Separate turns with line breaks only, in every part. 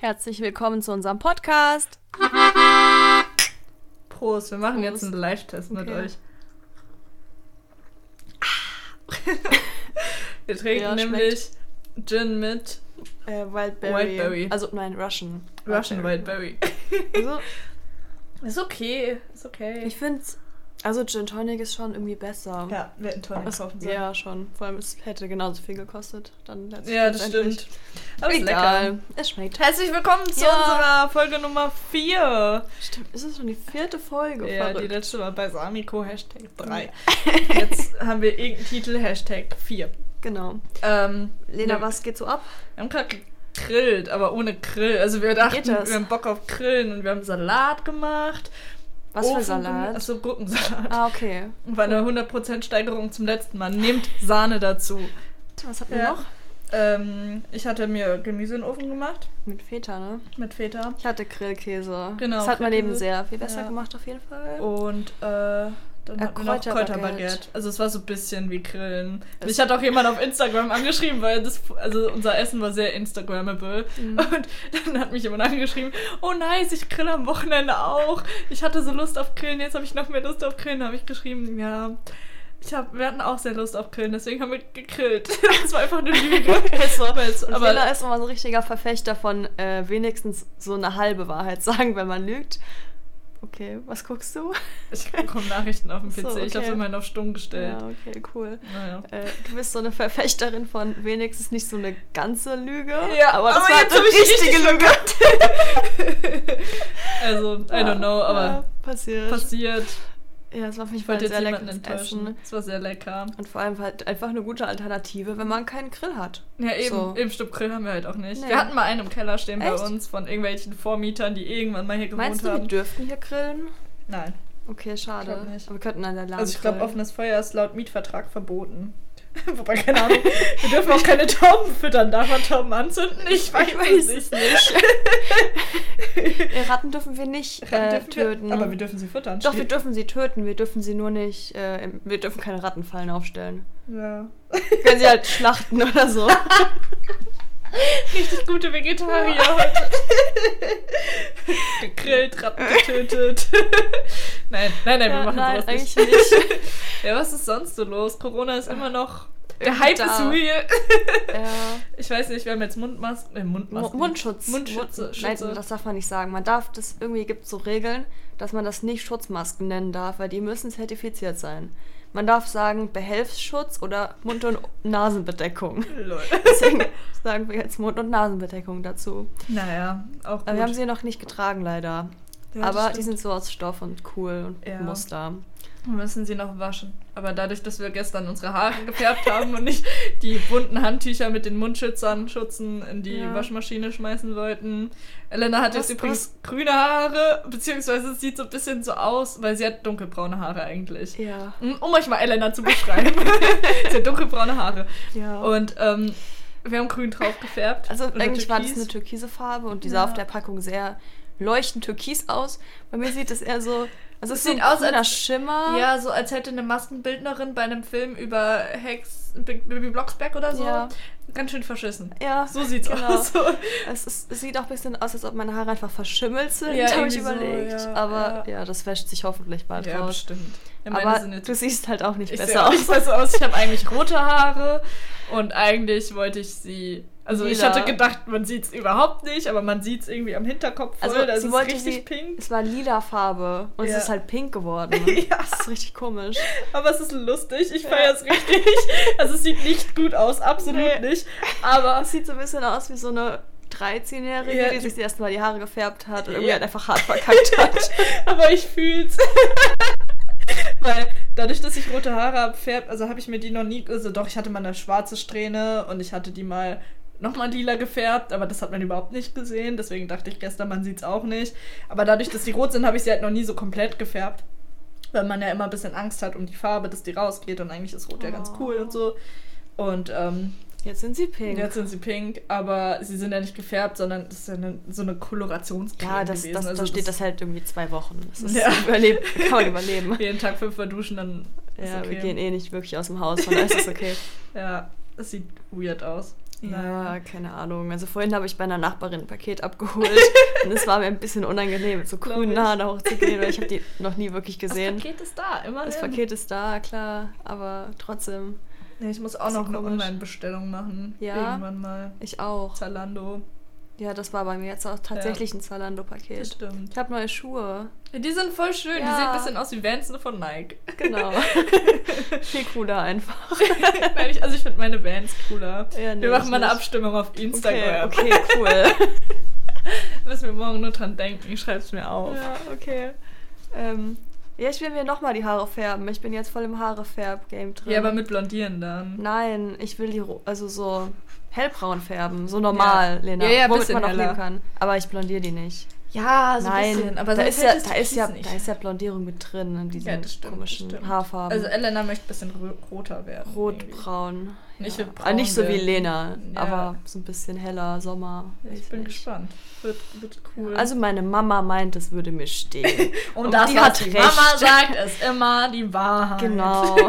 Herzlich willkommen zu unserem Podcast.
Prost, wir machen jetzt einen Live-Test mit
Okay.
euch. Ah. Wir trinken
Ja, schmeckt.
nämlich Gin mit
Äh, Wildberry.
Wildberry.
Also nein, Russian.
Russian Wildberry.
Also,
Ah, Ist okay, ist okay.
ich find's. Also Gin Tonic ist schon irgendwie besser.
ja, wir hätten Tonic
Was,
kaufen sollen.
ja, schon. Vor allem, es hätte genauso viel gekostet. Dann letzt-
Ja, das
letztendlich.
stimmt. Aber ist
Egal.
lecker.
Es schmeckt. halt.
Herzlich willkommen zu
Ja.
unserer Folge Nummer 4.
Stimmt, ist es schon die vierte Folge?
Ja, die
Verrückt.
letzte war bei Samiko, Hashtag 3. Jetzt haben wir irgendeinen Titel, Hashtag 4.
Genau.
Ähm,
Lena,
ne-
was geht so ab?
Wir haben gerade gegrillt, aber ohne Grill. Also wir dachten,
geht das?
wir haben Bock auf Grillen und wir haben Salat gemacht.
Was für
Ofen gem-
Salat?
Achso, Gurkensalat.
Ah, okay.
Und War eine 100% Steigerung zum letzten Mal. Nehmt Sahne dazu.
Warte, Was hatten wir
Ja.
noch?
Ähm, ich hatte mir Gemüse in den Ofen gemacht
Mit Feta, ne?
mit Feta.
Ich hatte Grillkäse.
Genau,
Das hat man eben
Grillkäse.
sehr viel besser
Ja. Oh,
gemacht auf jeden Fall.
Und äh, dann
Ja,
hatten wir noch
Kräuterbaguette.
Kräuterbaguette. Also es war so ein bisschen wie Grillen.
Es-
Mich hat auch jemand auf Instagram angeschrieben, weil das, also unser Essen war sehr Instagrammable.
Mhm.
Und dann hat mich jemand angeschrieben, oh nice, ich grill am Wochenende auch. Ich hatte so Lust auf Grillen, jetzt habe ich noch mehr Lust auf Grillen. Da habe ich geschrieben, ja, ich hab, wir hatten auch sehr Lust auf Grillen, deswegen haben wir gegrillt. Das war einfach eine Lüge. aber es,
Und Lena
aber
ist immer so ein richtiger Verfechter von äh, wenigstens so eine halbe Wahrheit sagen, wenn man lügt. Okay, was guckst du?
ich bekomme Nachrichten auf dem PC.
So,
Ich habe
okay.
sie immerhin auf Stumm gestellt.
Ja, okay, cool.
Naja.
Äh, du bist so eine Verfechterin von wenigstens nicht so eine ganze Lüge.
Ja,
aber das
aber
war
jetzt
eine
hab ich richtig
richtige Lüge.
Also, I don't know, aber
Ja, passiert.
passiert.
ja, es war für mich
Ich
ein
wollte jetzt
sehr
niemanden
leckeres
enttäuschen.
Essen.
Es war sehr lecker.
Und vor allem halt einfach eine gute Alternative, wenn man keinen Grill hat.
Ja, eben,
So.
eben stimmt, Grill haben wir halt auch nicht.
Nee.
Wir hatten mal einen im Keller stehen
Echt?
bei uns von irgendwelchen Vormietern, die irgendwann mal hier gewohnt
Meinst du, wir
haben.
dürften hier grillen?
Nein.
Okay, schade.
glaub nicht.
Aber wir könnten an der Lage
Also ich glaube,
grillen.
offenes Feuer ist laut Mietvertrag verboten. Wobei, keine Ahnung, wir dürfen auch keine Tauben füttern. Darf man Tauben anzünden? Ich weiß, es nicht.
Äh, Ratten dürfen wir nicht
Ratten
äh,
dürfen
töten.
Wir, aber wir dürfen sie füttern.
Doch, wir
steht-
dürfen sie töten, wir dürfen sie nur nicht, äh, im- wir dürfen keine Rattenfallen aufstellen.
Ja.
Wir können sie halt schlachten oder so.
Richtig gute Vegetarier heute. Gegrillt, Ratten getötet. nein, nein, nein, wir
Ja,
machen
nein,
sowas nicht.
eigentlich nicht.
Ja, was ist sonst so los? Corona ist immer noch. Der
Irgendwie
Hype
da.
ist real.
äh,
Ich weiß nicht, wir haben jetzt Mundmasken. Äh,
Mu-
Mundmasken.
Mundschutz.
Mundschütze.
Mund- Nein, das darf man nicht sagen. Man darf das, irgendwie gibt es so Regeln, dass man das nicht Schutzmasken nennen darf, weil die müssen zertifiziert sein. Man darf sagen Behelfsschutz oder Mund- und Nasenbedeckung.
Lol.
Deswegen sagen wir jetzt Mund- und Nasenbedeckung dazu.
Naja, auch gut.
Aber wir haben sie noch nicht getragen, leider.
Ja, das
Aber die
stimmt.
sind so aus Stoff und cool und
Ja.
Muster.
Wir müssen sie noch waschen. Aber dadurch, dass wir gestern unsere Haare gefärbt haben und nicht die bunten Handtücher mit den Mundschützern schützen in die
Ja.
Waschmaschine schmeißen wollten. Elena hat
Was-
jetzt übrigens grüne Haare, beziehungsweise es sieht so ein bisschen so aus, weil sie hat dunkelbraune Haare eigentlich.
Ja.
Um um euch mal Elena zu beschreiben. sie hat dunkelbraune Haare.
Ja.
Und ähm, wir haben grün drauf gefärbt.
Oh. also
Oder
eigentlich war das
türkis.
eine türkise Farbe und die sah
Ja.
auf der Packung sehr leuchtend türkis aus. Bei mir sieht es eher so, also es
Es
sieht
sieht
aus
aus,
wie ein
als-
Schimmer.
Ja, so als hätte eine Maskenbildnerin bei einem Film über Hex, Baby Blocksberg oder so,
Ja.
ganz schön verschissen.
Ja,
So sieht's
Genau.
aus.
es, ist, es sieht auch ein bisschen aus, als ob meine Haare einfach verschimmelt sind,
Ja,
habe ich
irgendwie so,
überlegt.
ja,
Aber ja.
ja.
das wäscht sich hoffentlich bald
Ja,
raus.
bestimmt. Ja, meine
Aber
sind jetzt-
du siehst halt auch nicht
ich sehe
besser
auch
aus.
nicht besser aus. Ich habe eigentlich rote Haare und eigentlich wollte ich sie. Also ich
Lila.
hatte gedacht, man sieht's überhaupt nicht, aber man sieht's irgendwie am Hinterkopf voll.
Also
da ist
sie
es
wollte
richtig
sie,
pink.
es war lila Farbe und
Ja.
es ist halt pink geworden.
Ja.
Das ist richtig komisch.
Aber es ist lustig. Ich
Ja.
feier's richtig. Also es sieht nicht gut aus, absolut
Nee.
nicht. Aber
Es sieht so ein bisschen aus wie so eine 13-Jährige,
Ja,
die
die-
sich das erste Mal die Haare gefärbt hat und irgendwie
Ja.
halt einfach hart verkackt hat.
aber ich fühl's. Weil dadurch, dass ich rote Haare habe, färbt, also habe ich mir die noch nie, also doch, ich hatte mal eine schwarze Strähne und ich hatte die mal nochmal lila gefärbt, aber das hat man überhaupt nicht gesehen, deswegen dachte ich gestern, man sieht's auch nicht. Aber dadurch, dass die rot sind, habe ich sie halt noch nie so komplett gefärbt, weil man ja immer ein bisschen Angst hat um die Farbe, dass die rausgeht und eigentlich ist rot ja ganz cool und so. Und ähm,
Jetzt sind sie pink.
Jetzt sind sie pink, aber sie sind ja nicht gefärbt, sondern das ist ja eine, so eine Kolorationscreme
ja, das,
gewesen.
das,
Also
da steht das halt irgendwie zwei Wochen. Das ist
Ja.
überlebt, kann man überleben.
Jeden Tag fünfmal duschen, dann ist
Ja, eh.
okay.
wir gehen eh nicht wirklich aus dem Haus, von daher ist es okay.
Ja, das sieht weird aus.
Ja, keine Ahnung. Also vorhin habe ich bei einer Nachbarin ein Paket abgeholt und es war mir ein bisschen unangenehm, mit so
Glaub
grünen
ich.
Haaren da hochzugehen, weil ich habe die noch nie wirklich gesehen.
Das Paket ist da, immerhin.
Das Paket ist da, klar, aber trotzdem,
Ja, ich muss auch
Bisschen
noch eine
komisch.
Online-Bestellung machen.
Ja.
Irgendwann mal.
ich auch.
Zalando.
Ja, das war bei mir jetzt auch tatsächlich ein Zalando-Paket.
stimmt.
Ich habe neue Schuhe.
Die sind voll schön.
Ja.
Die sehen ein bisschen aus wie Vans nur von Nike.
Genau. Viel cooler einfach.
Nein, ich, also ich finde meine Vans cooler.
Ja, nee,
wir machen
ich
mal eine
nicht.
Abstimmung auf Instagram.
Okay, okay cool.
Müssen wir morgen nur dran denken. Ich schreib's mir auf.
ja, okay. Ähm, ja, ich will mir nochmal die Haare färben. Ich bin jetzt voll im Haare-Färb-Game drin.
Ja, aber mit Blondieren dann.
Nein, ich will die, ro- also so hellbraun färben. So normal,
Ja.
Lena.
Ja, ja,
womit
bisschen
man auch leben
heller. Also
kann. Aber ich blondiere die nicht.
Ja,
Nein, da,
sonst
ist ja,
hättest du
da, ist ja,
dies nicht.
da ist ja Blondierung mit drin in diesen
Ja, das stimmt,
komischen
das stimmt.
Haarfarben.
Also Elena möchte ein bisschen rö- roter werden. irgendwie.
Rotbraun.
Nicht
ja.
mit
Ah, nicht so wie
braunen.
Lena,
Ja.
aber so ein bisschen heller, Sommer.
Ja,
weiß
Ich bin
nicht.
gespannt. Wird, wird cool.
Also meine Mama meint, es würde mir stehen.
und,
und
das,
die
was
hat
die
recht.
Mama sagt, ist immer die Wahrheit.
genau.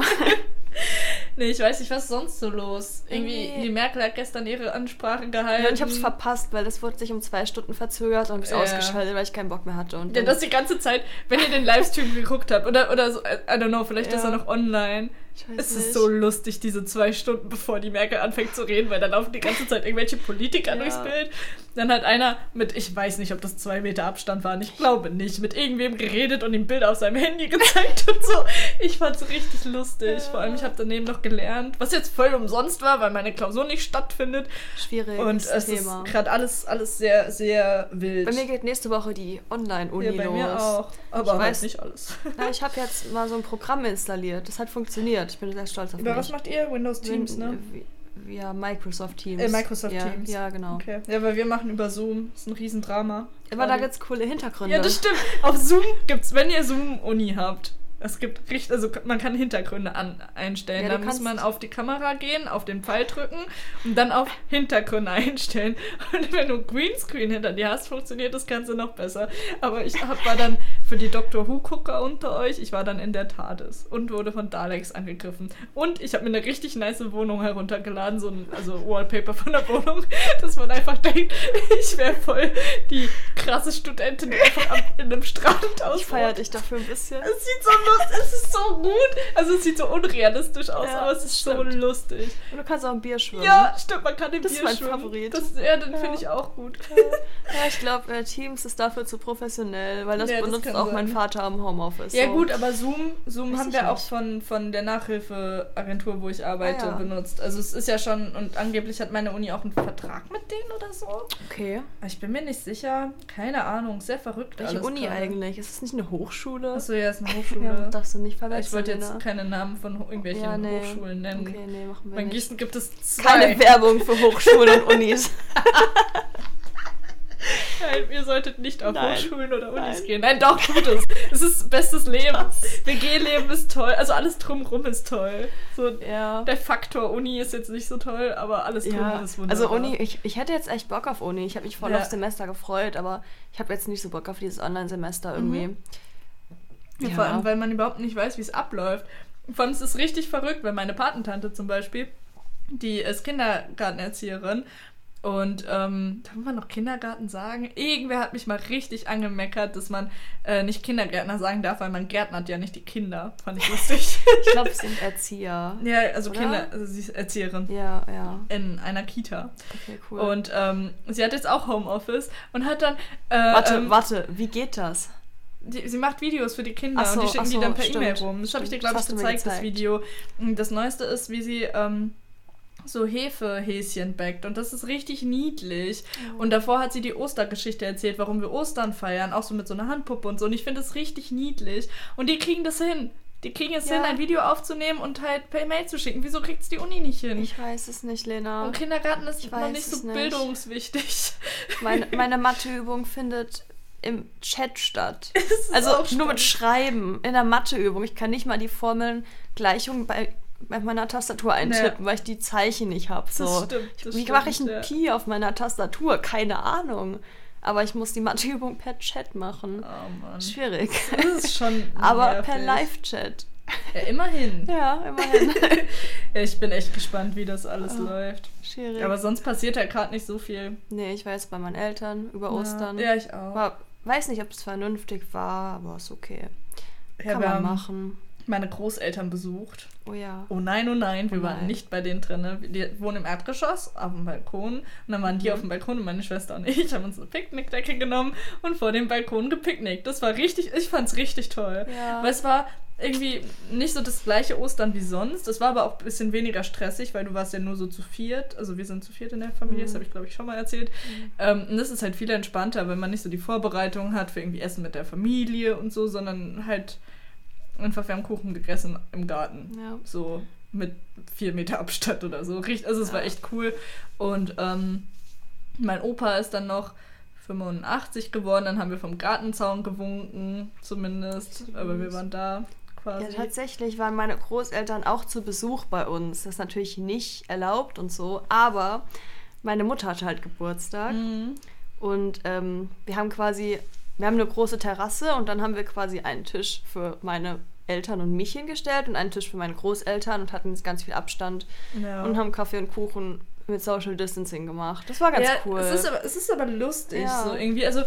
Nee, ich weiß nicht, was ist sonst so los. Irgendwie,
Nee.
die Merkel hat gestern ihre Ansprache gehalten.
Ja, und ich habe es verpasst, weil das wurde sich um zwei Stunden verzögert und habe es
Ja.
ausgeschaltet, weil ich keinen Bock mehr hatte. Und
Ja,
dann-
das die ganze Zeit, wenn ihr den Livestream geguckt habt, oder, oder so, I don't know, vielleicht ist
Ja.
er noch online.
ich weiß
Es ist
nicht.
so lustig, diese zwei Stunden, bevor die Merkel anfängt zu reden, weil dann laufen die ganze Zeit irgendwelche Politiker
Ja.
durchs Bild. Dann hat einer mit, ich weiß nicht, ob das zwei Meter Abstand waren, ich glaube nicht, mit irgendwem geredet und ihm Bilder auf seinem Handy gezeigt und so. Ich fand's richtig lustig.
Ja.
Vor allem, ich habe daneben noch gelernt, was jetzt voll umsonst war, weil meine Klausur nicht stattfindet.
schwierig.
Und es
Thema.
ist gerade alles, alles sehr, sehr wild.
Bei mir geht nächste Woche die Online-Uni
ja, bei
los.
mir auch. Aber
Ich
ich
weiß-
weiß nicht alles.
Na, ich habe jetzt mal so ein Programm installiert. Das hat funktioniert. Ich bin sehr stolz auf
Über
mich.
was macht ihr? Windows Teams, ne?
Win- Ja, Microsoft Teams.
Äh, Microsoft
ja,
Teams.
Ja, genau.
Okay. Ja, weil wir machen über Zoom. Ist ein Riesendrama.
Aber da
Gerade.
gibt's coole Hintergründe.
Ja, das stimmt. Auf Zoom gibt's, wenn ihr Zoom-Uni habt, es gibt richtig, also man kann Hintergründe an, einstellen.
Ja, du
da muss
kannst-
man auf die Kamera gehen, auf den Pfeil drücken und dann auf Hintergründe einstellen. Und wenn du Greenscreen hinter dir hast, funktioniert das Ganze noch besser. Aber ich hab, war dann für die Doctor Who-Gucker unter euch, ich war dann in der TARDIS und wurde von Daleks angegriffen. Und ich habe mir eine richtig nice Wohnung heruntergeladen, so ein also Wallpaper von der Wohnung, dass man einfach denkt, ich wäre voll die krasse Studentin, die einfach am, in einem Strandhaus
ich feiere
wohnt.
dich dafür ein bisschen.
Es sieht so lustig, es ist so gut. Also es sieht so unrealistisch aus,
Ja,
aber es
das
ist
stimmt.
so lustig.
Und du kannst auch ein Bier schwimmen.
Ja, stimmt, man kann im
Das ist
Bier
mein
schwimmen.
Favorit.
Das, ja, den
Ja.
finde ich auch gut.
Ja, ich glaube, äh, Teams ist dafür zu professionell, weil das
Ja, das
benutzt
kann
auch mein
sein.
Vater am Homeoffice.
Ja
so.
gut, aber Zoom,
Weiß
Zoom
ich
haben wir auch
nicht.
von, von der Nachhilfeagentur, wo ich arbeite,
Ah, ja.
benutzt. Also es ist ja schon, und angeblich hat meine Uni auch einen Vertrag mit denen oder so.
Okay.
Aber Ich bin mir nicht sicher. Keine Ahnung, sehr verrückt.
Welche
alles
Uni
gerade.
eigentlich? Ist es nicht eine Hochschule?
Achso, ja, ist eine
Ja,
Hochschule.
darfst du nicht verwechseln.
ich wollte jetzt
Lena.
keine Namen von ho- irgendwelchen
Ja, nee.
Hochschulen nennen.
Okay, nee, machen wir
In
nicht.
Gießen gibt es zwei.
Keine Werbung für Hochschulen und Unis.
Nein, ihr solltet nicht auf
Nein.
Hochschulen oder Unis
Nein.
gehen. Nein, doch, tut es. Es ist bestes Leben. WG-Leben ist toll. Also alles drumrum ist toll. So,
ja.
Der Faktor Uni ist jetzt nicht so toll, aber alles drumrum
Ja,
ist wunderbar.
also Uni, ich, ich hätte jetzt echt Bock auf Uni. Ich habe mich voll
Ja.
aufs Semester gefreut, aber ich habe jetzt nicht so Bock auf dieses Online-Semester irgendwie.
Mhm. Ja,
Ja.
Vor allem, weil man überhaupt nicht weiß, wie es abläuft. Vor allem ist es richtig verrückt, weil meine Patentante zum Beispiel, die ist Kindergartenerzieherin und ähm, darf man noch Kindergarten sagen? Irgendwer hat mich mal richtig angemeckert, dass man äh, nicht Kindergärtner sagen darf, weil man gärtnert ja nicht die Kinder. Fand ich lustig.
Ich glaube, es sind Erzieher.
ja, also
Oder?
Kinder, also sie ist Erzieherin
Ja, ja.
in einer Kita.
Okay, cool.
Und ähm, sie hat jetzt auch Homeoffice und hat dann. Äh,
warte,
ähm,
warte, wie geht das?
Die, sie macht Videos für die Kinder
Ach so,
und die schicken
ach so,
die dann per
stimmt.
E-Mail rum. Das habe ich dir,
Stimmt,
glaube ich,
das hast du mir
gezeigt, das
gezeigt.
Video. Und Das Neueste ist, wie sie ähm, so Hefehäschen backt. Und das ist richtig niedlich.
Oh.
Und davor hat sie die Ostergeschichte erzählt, warum wir Ostern feiern. Auch so mit so einer Handpuppe und so. Und ich finde das richtig niedlich. Und die kriegen das hin. Die kriegen es
Ja.
hin, ein Video aufzunehmen und halt per E-Mail zu schicken. Wieso kriegt es die Uni nicht hin?
Ich weiß es nicht, Lena.
und Kindergarten ist
Genau. Ich
noch
weiß
nicht
es
so
nicht.
bildungswichtig.
Meine, meine Matheübung findet im Chat statt.
ist
Also
auch
nur
spannend.
mit Schreiben in der Matheübung. Ich kann nicht mal die Formeln, Gleichungen bei, bei meiner Tastatur eintippen, weil ich die Zeichen nicht habe. So.
stimmt, das
Wie
stimmt,
mache ich ein
ja.
Pi auf meiner Tastatur? Keine Ahnung. Aber ich muss die Matheübung per Chat machen.
Oh Mann.
Schwierig.
Das ist schon.
Aber per
nervig.
Live-Chat.
Ja, immerhin.
Ja, immerhin.
Ja, ich bin echt gespannt, wie das alles
Ah.
läuft.
Schwierig.
Aber sonst passiert ja gerade nicht so viel.
nee, ich war jetzt bei meinen Eltern über Ostern.
Ja, ich auch.
War, weiß nicht, ob es vernünftig war, aber ist okay.
ja,
Kann
wir
man
haben
machen.
meine Großeltern besucht.
Oh ja.
Oh nein, oh nein, wir
Oh
waren
nein.
nicht bei denen drin. Die wohnen im Erdgeschoss auf dem Balkon. Und dann waren die
Mhm.
auf dem Balkon und meine Schwester und ich haben uns eine Picknickdecke genommen und vor dem Balkon gepicknickt. Das war richtig, ich fand's richtig toll.
Ja.
Weil es war irgendwie nicht so das gleiche Ostern wie sonst. Es war aber auch ein bisschen weniger stressig, weil du warst ja nur so zu viert. Also wir sind zu viert in der Familie, das
Mhm.
habe ich glaube ich schon mal erzählt. Ähm, und das ist halt viel entspannter, wenn man nicht so die Vorbereitung hat für irgendwie Essen mit der Familie und so, sondern halt einfach, wir haben Kuchen gegessen im Garten
Ja.
so mit vier Meter Abstand oder so. Richt- Also es war
Ja.
echt cool. Und ähm, mein Opa ist dann noch 85 geworden, dann haben wir vom Gartenzaun gewunken, zumindest. Aber wir waren da
Ja,
quasi.
tatsächlich waren meine Großeltern auch zu Besuch bei uns. Das ist natürlich nicht erlaubt und so, aber meine Mutter hatte halt Geburtstag
Mhm.
und ähm, wir haben quasi, wir haben eine große Terrasse und dann haben wir quasi einen Tisch für meine Eltern und mich hingestellt und einen Tisch für meine Großeltern und hatten jetzt ganz viel Abstand
Ja.
und haben Kaffee und Kuchen mit Social Distancing gemacht. Das war ganz
ja,
cool.
Es ist aber, es ist aber lustig,
Ja.
so irgendwie. Also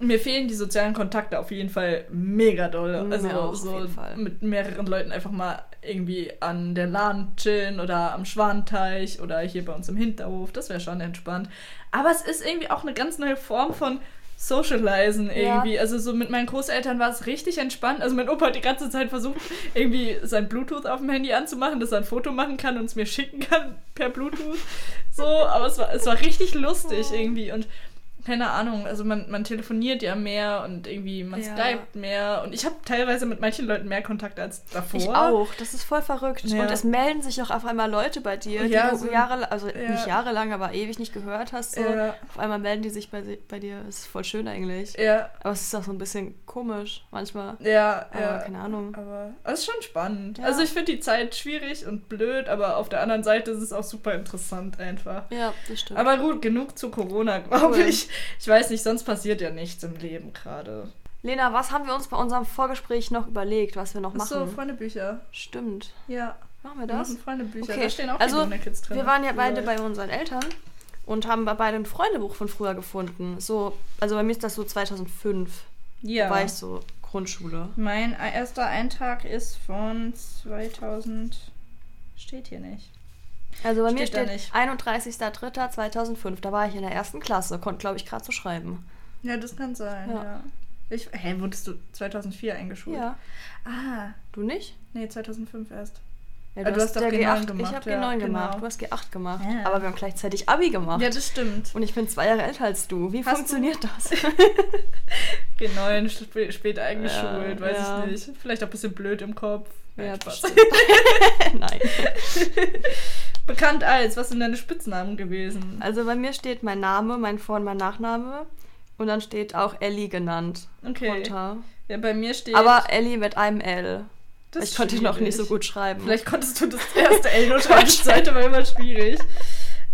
mir fehlen die sozialen Kontakte auf jeden Fall mega doll.
Mir
Also
auch, auf
so
jeden Fall.
mit mehreren Leuten einfach mal irgendwie an der Lahn chillen oder am Schwanteich oder hier bei uns im Hinterhof. Das wäre schon entspannt. Aber es ist irgendwie auch eine ganz neue Form von Socializen
Ja.
irgendwie. Also so mit meinen Großeltern war es richtig entspannt. Also mein Opa hat die ganze Zeit versucht, irgendwie sein Bluetooth auf dem Handy anzumachen, dass er ein Foto machen kann und es mir schicken kann per Bluetooth. So, aber es war, es war richtig lustig
Oh.
irgendwie. Und keine Ahnung, also man, man telefoniert ja mehr und irgendwie man
Ja.
skypt mehr. Und ich habe teilweise mit manchen Leuten mehr Kontakt als davor.
Ich auch, das ist voll verrückt.
Ja.
Und es melden sich auch auf einmal Leute bei dir, die
Ja,
du
so-
jahrelang, also
ja.
nicht jahrelang, aber ewig nicht gehört hast. So.
Ja.
Auf einmal melden die sich bei, si- bei dir. Ist voll schön eigentlich.
Ja,
Aber es ist auch so ein bisschen komisch manchmal.
ja,
Aber
ja.
keine Ahnung.
Aber es ist schon spannend.
Ja.
Also ich finde die Zeit schwierig und blöd, aber auf der anderen Seite ist es auch super interessant einfach.
Ja, das stimmt.
Aber gut, genug zu Corona, glaube
Cool.
ich. Ich weiß nicht, sonst passiert ja nichts im Leben gerade.
Lena, was haben wir uns bei unserem Vorgespräch noch überlegt, was wir noch machen?
Achso, Freundebücher.
Stimmt.
Ja.
Machen wir
Wir
das?
machen Freundebücher.
Okay,
Da stehen auch
also,
die Kids drin.
Wir waren ja beide
Vielleicht.
bei unseren Eltern und haben beide ein Freundebuch von früher gefunden. So, also bei mir ist das so 2005.
ja.
Da war ich so Grundschule.
Mein erster Eintrag ist von 2000. Steht hier nicht.
Also bei mir
Steht da
steht 31.03.2005. Da war ich in der ersten Klasse, konnte glaube ich gerade so schreiben.
Ja, das kann sein, ja.
Ja.
Ich, hä, wurdest du 2004 eingeschult?
Ja.
Ah,
Du nicht?
nee, 2005 erst.
Ja,
Ah, du hast doch
ja
G9
G8
gemacht,
Ich habe
ja,
G9 gemacht.
genau.
Du hast G8 gemacht.
Ja.
Aber wir haben gleichzeitig Abi gemacht.
Ja, das stimmt.
Und ich bin zwei Jahre älter als du. Wie
Hast
funktioniert das?
G9 sp spät
Ja,
eingeschult, weiß
ja.
ich nicht. Vielleicht auch ein bisschen blöd im Kopf. Nein,
Ja,
Spaß.
bestimmt. Nein.
Bekannt als, was sind deine Spitznamen gewesen?
Also bei mir steht mein Name, mein Vor- und mein Nachname. Und dann steht auch Ellie genannt.
Okay.
Runter.
Ja, bei mir steht.
Aber Ellie mit einem L.
das
ich konnte noch nicht so
schwierig.
gut schreiben.
Vielleicht konntest du das erste L nur schreiben, das zweite war immer schwierig.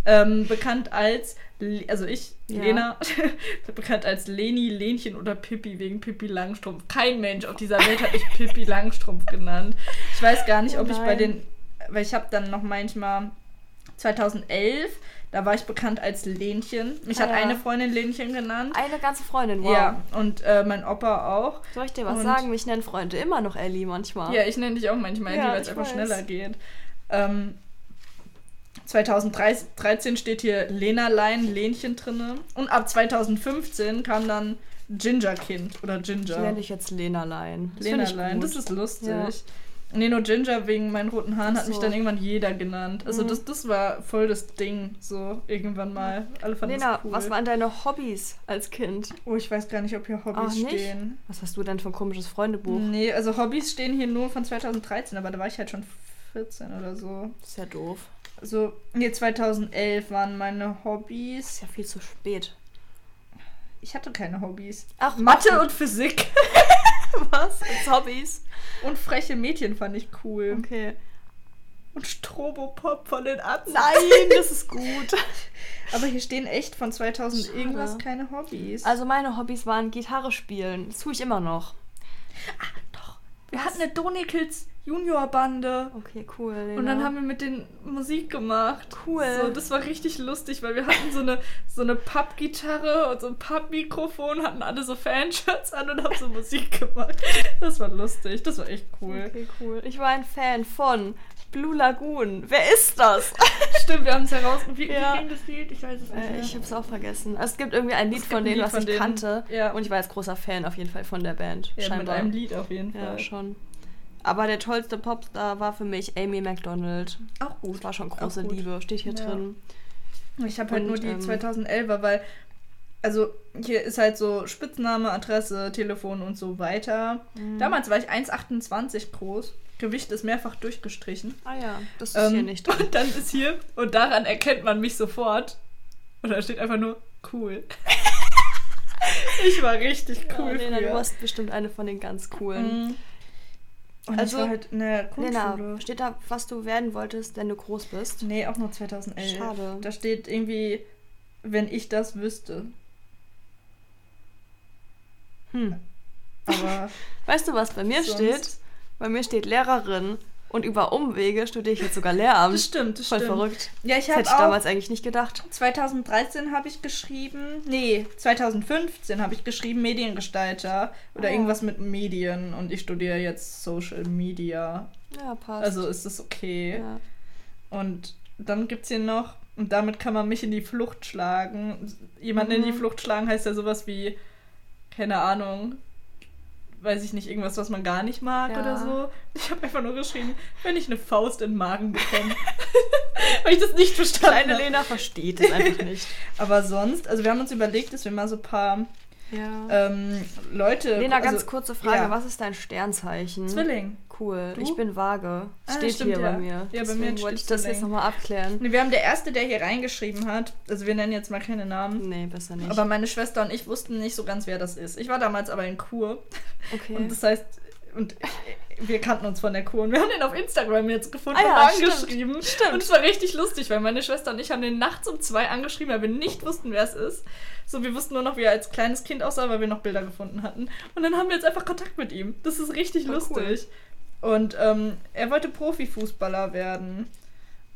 Ähm, bekannt als, Le- also ich,
Ja.
Lena, bekannt als Leni, Lenchen oder Pippi wegen Pippi Langstrumpf. Kein Mensch auf dieser Welt hat mich Pippi Langstrumpf genannt. Ich weiß gar nicht,
Oh
ob ich bei
nein.
den, weil ich habe dann noch manchmal 2011, da war ich bekannt als Lenchen. Mich
Ah
hat
ja.
eine Freundin Lenchen genannt.
Eine ganze Freundin, wow.
Ja, und äh, mein Opa auch.
Soll ich dir was
Und-
sagen? Mich nennen Freunde immer noch Ellie manchmal.
Ja, ich nenne dich auch manchmal
Ja,
Ellie, weil es
ich
einfach
weiß.
schneller geht. Ähm, 2013 steht hier Lena Lein, Lenchen drinne. Und ab 2015 kam dann Gingerkind oder
Ich
Ginger.
nenne dich jetzt Lenalein. Das
Lena
find ich
Lein,
gut.
das ist lustig.
Ja.
Nee, nur Ginger wegen meinen roten Haaren
Ach
hat mich
so.
dann irgendwann jeder genannt. Also
Mhm.
das, das war voll das Ding, so irgendwann mal. Alle fanden
Lena,
das cool.
was waren deine Hobbys als Kind?
oh, ich weiß gar nicht, ob hier Hobbys
Auch nicht?
stehen.
Was hast du denn für ein komisches Freundebuch?
Nee, also Hobbys stehen hier nur von 2013, aber da war ich halt schon 14 oder so.
Das ist ja doof.
Also, nee, 2011 waren meine
Das ist
Hobbys.
ja viel zu spät.
Ich hatte keine Hobbys.
Ach,
Mathe und Physik.
was? Als Hobbys?
Und freche Mädchen fand ich cool.
Okay.
Und Strobopop von den Atzen.
Nein, das ist gut.
Aber hier stehen echt von 2000
Schade.
irgendwas keine Hobbys.
Also meine Hobbys waren Gitarre spielen. Das tue ich immer noch.
doch. Wir hatten eine Donikels Juniorbande.
Okay, cool.
Und dann
Lena.
haben wir mit denen Musik gemacht.
Cool.
So, das war richtig lustig, weil wir hatten so eine, so eine Pappgitarre und so ein Pappmikrofon, hatten alle so Fanshirts an und haben so Musik gemacht. Das war lustig, das war echt cool.
Okay, cool. Ich war ein Fan von Blue Lagoon. Wer ist das?
Stimmt, wir haben es herausgefunden. Wie,
Ja.
wie ging das Lied? Ich weiß es nicht
Äh,
mehr.
ich hab's auch vergessen. Also, es gibt irgendwie ein Lied
Es gibt
von
ein
denen,
Lied
was
von
ich
denen.
kannte.
Ja.
Und ich war als großer Fan auf jeden Fall von der Band.
ja, mit
scheinbar.
einem Lied auf jeden Fall.
Ja, schon. Aber der tollste Popstar war für mich Amy McDonald.
Auch
Das war schon
Auch
große
gut.
Liebe, steht hier
Ja.
drin.
Ich habe halt
Und,
nur die
ähm,
2011er, weil, also hier ist halt so Spitzname, Adresse, Telefon und so weiter.
Mhm.
Damals war ich 1,28 groß. Gewicht ist mehrfach durchgestrichen.
Ah ja, das ist
Ähm,
hier nicht drin.
Und dann ist hier, und daran erkennt man mich sofort. Und da steht einfach nur cool. ich war richtig
Cool,
cool.
Lena, du
früher.
warst bestimmt eine von den ganz coolen.
Mhm. Und
Also,
also, ich war halt in der Grundschule.
Lena, steht da, was du werden wolltest, wenn du groß bist?
Nee, auch nur 2011.
Schade.
Da steht irgendwie, wenn ich das wüsste.
Hm.
Aber
Weißt du, was bei mir
Sonst-
steht? Bei mir steht Lehrerin und über Umwege studiere ich jetzt sogar Lehramt.
das stimmt, das
Voll
stimmt.
verrückt.
Ja, ich
Das
habe
hätte ich damals
auch
eigentlich nicht gedacht.
2013 habe ich geschrieben, nee, 2015 habe ich geschrieben Mediengestalter oder
Ah.
irgendwas mit Medien und ich studiere jetzt Social Media.
Ja, passt.
Also ist das okay.
ja.
Und dann gibt's hier noch und damit kann man mich in die Flucht schlagen. Jemanden in die
Mhm.
Flucht schlagen heißt ja sowas wie keine Ahnung, weiß ich nicht, irgendwas, was man gar nicht mag
Ja.
oder so. Ich habe einfach nur geschrieben, wenn ich eine Faust in den Magen bekomme. Weil ich das nicht verstanden
Kleine
habe.
Lena versteht es einfach nicht.
Aber sonst, also wir haben uns überlegt, dass wir mal so ein paar
Ja.
ähm, Leute.
Lena, ganz
also,
kurze Frage.
ja.
Was ist dein Sternzeichen?
Zwilling.
Cool.
Du?
Ich bin vage.
Ah,
Steht
stimmt,
hier
ja.
bei mir.
Ja, bei mir
Deswegen wollte
steht
ich das
Zwilling.
jetzt nochmal abklären.
Nee, wir haben der Erste, der hier reingeschrieben hat. Also wir nennen jetzt mal keine Namen.
Nee, besser nicht.
Aber meine Schwester und ich wussten nicht so ganz, wer das ist. Ich war damals aber in Kur.
okay.
Und das heißt, und äh, wir kannten uns von der Kur. Und wir haben den auf Instagram jetzt gefunden
Ah ja,
und
stimmt.
angeschrieben.
Stimmt.
Und es war richtig lustig, weil meine Schwester und ich haben den nachts um zwei angeschrieben, weil wir nicht wussten, wer es ist. So, wir wussten nur noch, wie er als kleines Kind aussah, weil wir noch Bilder gefunden hatten. Und dann haben wir jetzt einfach Kontakt mit ihm. Das ist richtig
Voll
lustig. Und ähm, er wollte Profifußballer werden.